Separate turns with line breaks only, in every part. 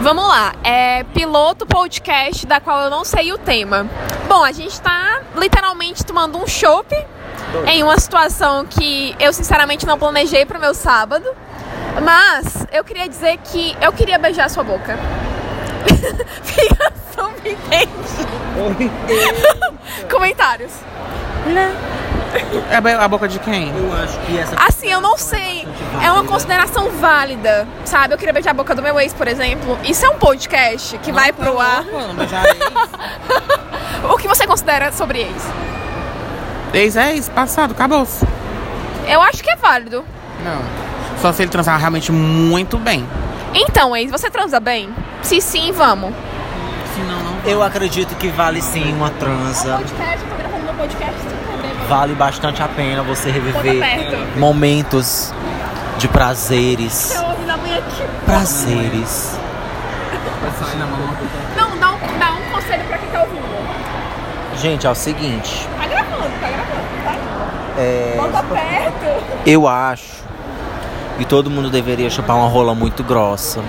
Vamos lá, é piloto podcast da qual eu não sei o tema. Bom, a gente tá literalmente tomando um chopp em uma situação que eu sinceramente não planejei pro meu sábado. Mas eu queria dizer que eu queria beijar sua boca. Fica subentendido.
Oi.
Comentários.
É a boca de quem?
Eu acho que essa.
Assim, eu não sei. É uma consideração válida, sabe? Eu queria beijar a boca do meu ex, por exemplo. Isso é um podcast que
é
vai pro ar.
Não beijar ex.
O que você considera sobre ex?
Ex é ex, passado, acabou-se.
Eu acho que é válido.
Não. Só se ele transar realmente muito bem.
Então, ex, você transa bem? Se sim, vamos.
Se não, não.
Eu acredito que vale sim uma transa.
podcast, eu tô gravando meu podcast sem problema.
Vale bastante a pena você reviver
perto.
momentos de prazeres. Prazeres.
Não, dá um, dá um conselho pra quem tá ouvindo.
Gente, é o seguinte.
Tá gravando, tá gravando,
É,
tá? Bota perto.
eu acho que todo mundo deveria chupar uma rola muito grossa.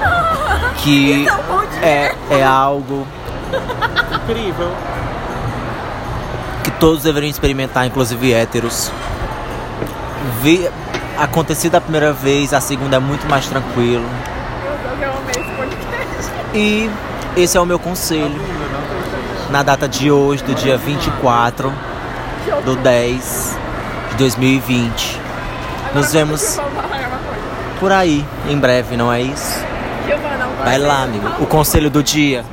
É. Que
Então,
é, é algo
Incrível.
que todos deveriam experimentar, inclusive héteros. Vi, acontecido a primeira vez, a segunda é muito mais tranquilo.
Eu amei esse podcast.
E esse é o meu conselho. Na data de hoje, do dia 24 do 10 de 2020. Nos vemos por aí em breve, não é isso? Vai lá, amigo. O conselho do dia.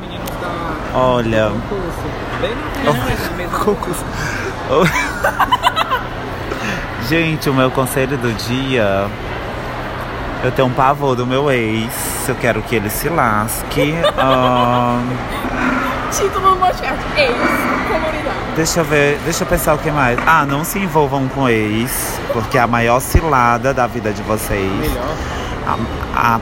Olha.
Gente, o meu conselho do dia. Eu tenho um pavor do meu ex. Eu quero que ele se lasque. Ahn,
um Título do podcast. Ex, comunidade.
deixa eu ver. Deixa eu pensar o que mais. Ah, não se envolvam com ex, porque é a maior cilada da vida de vocês. A, a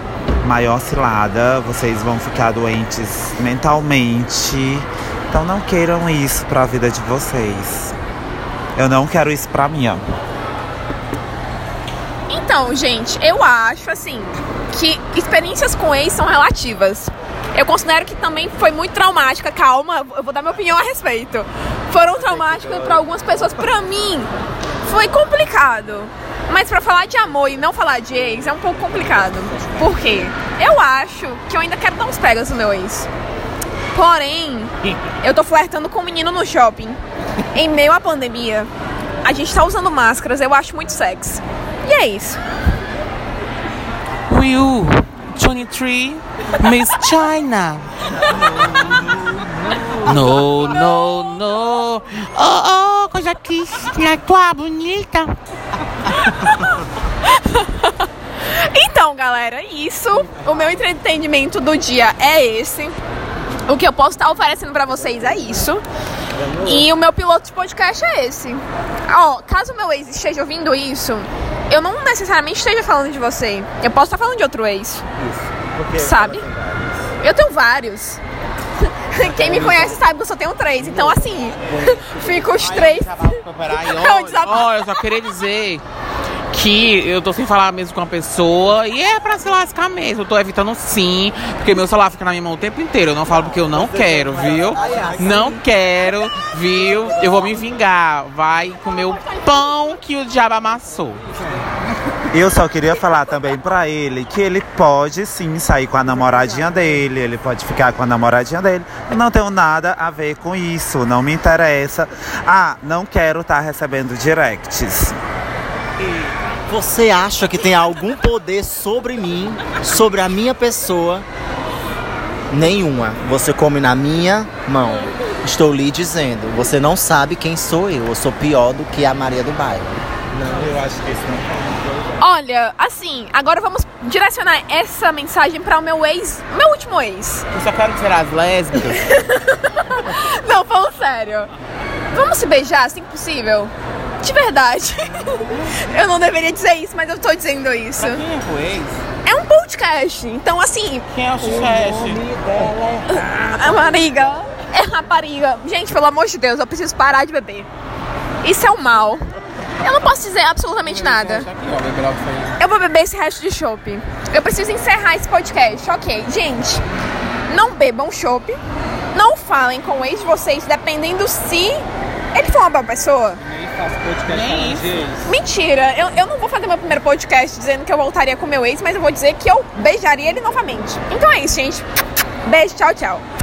maior cilada, vocês vão ficar doentes mentalmente. Então não queiram isso pra vida de vocês. Eu não quero isso pra mim, ó.
Então, gente, eu acho assim que experiências com ex são relativas. Eu considero que também foi muito traumática. Calma, eu vou dar minha opinião a respeito. Foram traumáticas para algumas pessoas. Para mim, foi complicado. Mas para falar de amor e não falar de ex é um pouco complicado. Por quê? Eu acho que eu ainda quero dar uns pegas no meu ex. Porém, eu tô flertando com um menino no shopping. Em meio à pandemia, a gente tá usando máscaras, eu acho muito sexy. E é isso.
Will, 23, Miss China. No, no, no. Oh, oh, coisa que na tua bonita.
Então, galera, é isso. O meu entretenimento do dia é esse. O que eu posso estar oferecendo pra vocês é isso. E o meu piloto de podcast é esse. Ó, caso meu ex esteja ouvindo isso, eu não necessariamente esteja falando de você. Eu posso estar falando de outro ex. Sabe? Eu tenho vários. Quem me conhece sabe que eu só tenho três. Então, assim, fica os três. É um desabafo.
Ó, eu só queria dizer que eu tô sem falar mesmo com a pessoa e é pra se lascar mesmo. Eu tô evitando sim, porque meu celular fica na minha mão o tempo inteiro. Eu não falo porque eu não quero, viu? Não quero, viu? Eu vou me vingar. Vai comer o pão que o diabo amassou.
Eu só queria falar também pra ele que ele pode sim sair com a namoradinha dele, ele pode ficar com a namoradinha dele. Eu não tenho nada a ver com isso, não me interessa. Ah, não quero estar recebendo directs.
Você acha que tem algum poder sobre mim, sobre a minha pessoa? Nenhuma. Você come na minha mão. Estou lhe dizendo, você não sabe quem sou eu. Eu sou pior do que a Maria do Bairro.
Eu acho que isso não.
Olha, assim, agora vamos direcionar essa mensagem para o meu ex, meu último ex.
Eu só quero tirar as lésbicas.
Não, falando sério. Vamos se beijar, assim que possível? De verdade. Eu não deveria dizer isso, mas eu tô dizendo isso.
Quem é o ex?
É um podcast, então assim,
Quem é o é- chefe?
a mariga, é rapariga. Gente, pelo amor de Deus, eu preciso parar de beber. Isso é um mal. Eu não posso dizer absolutamente nada. Eu vou beber esse resto de chopp. Eu preciso encerrar esse podcast. Ok, gente. Não bebam chopp. Não falem com o ex de vocês, dependendo se ele for uma boa pessoa.
Nem isso.
Mentira, eu, eu não vou fazer meu primeiro podcast dizendo que eu voltaria com meu ex, mas eu vou dizer que eu beijaria ele novamente. Então é isso, gente. Beijo, tchau, tchau.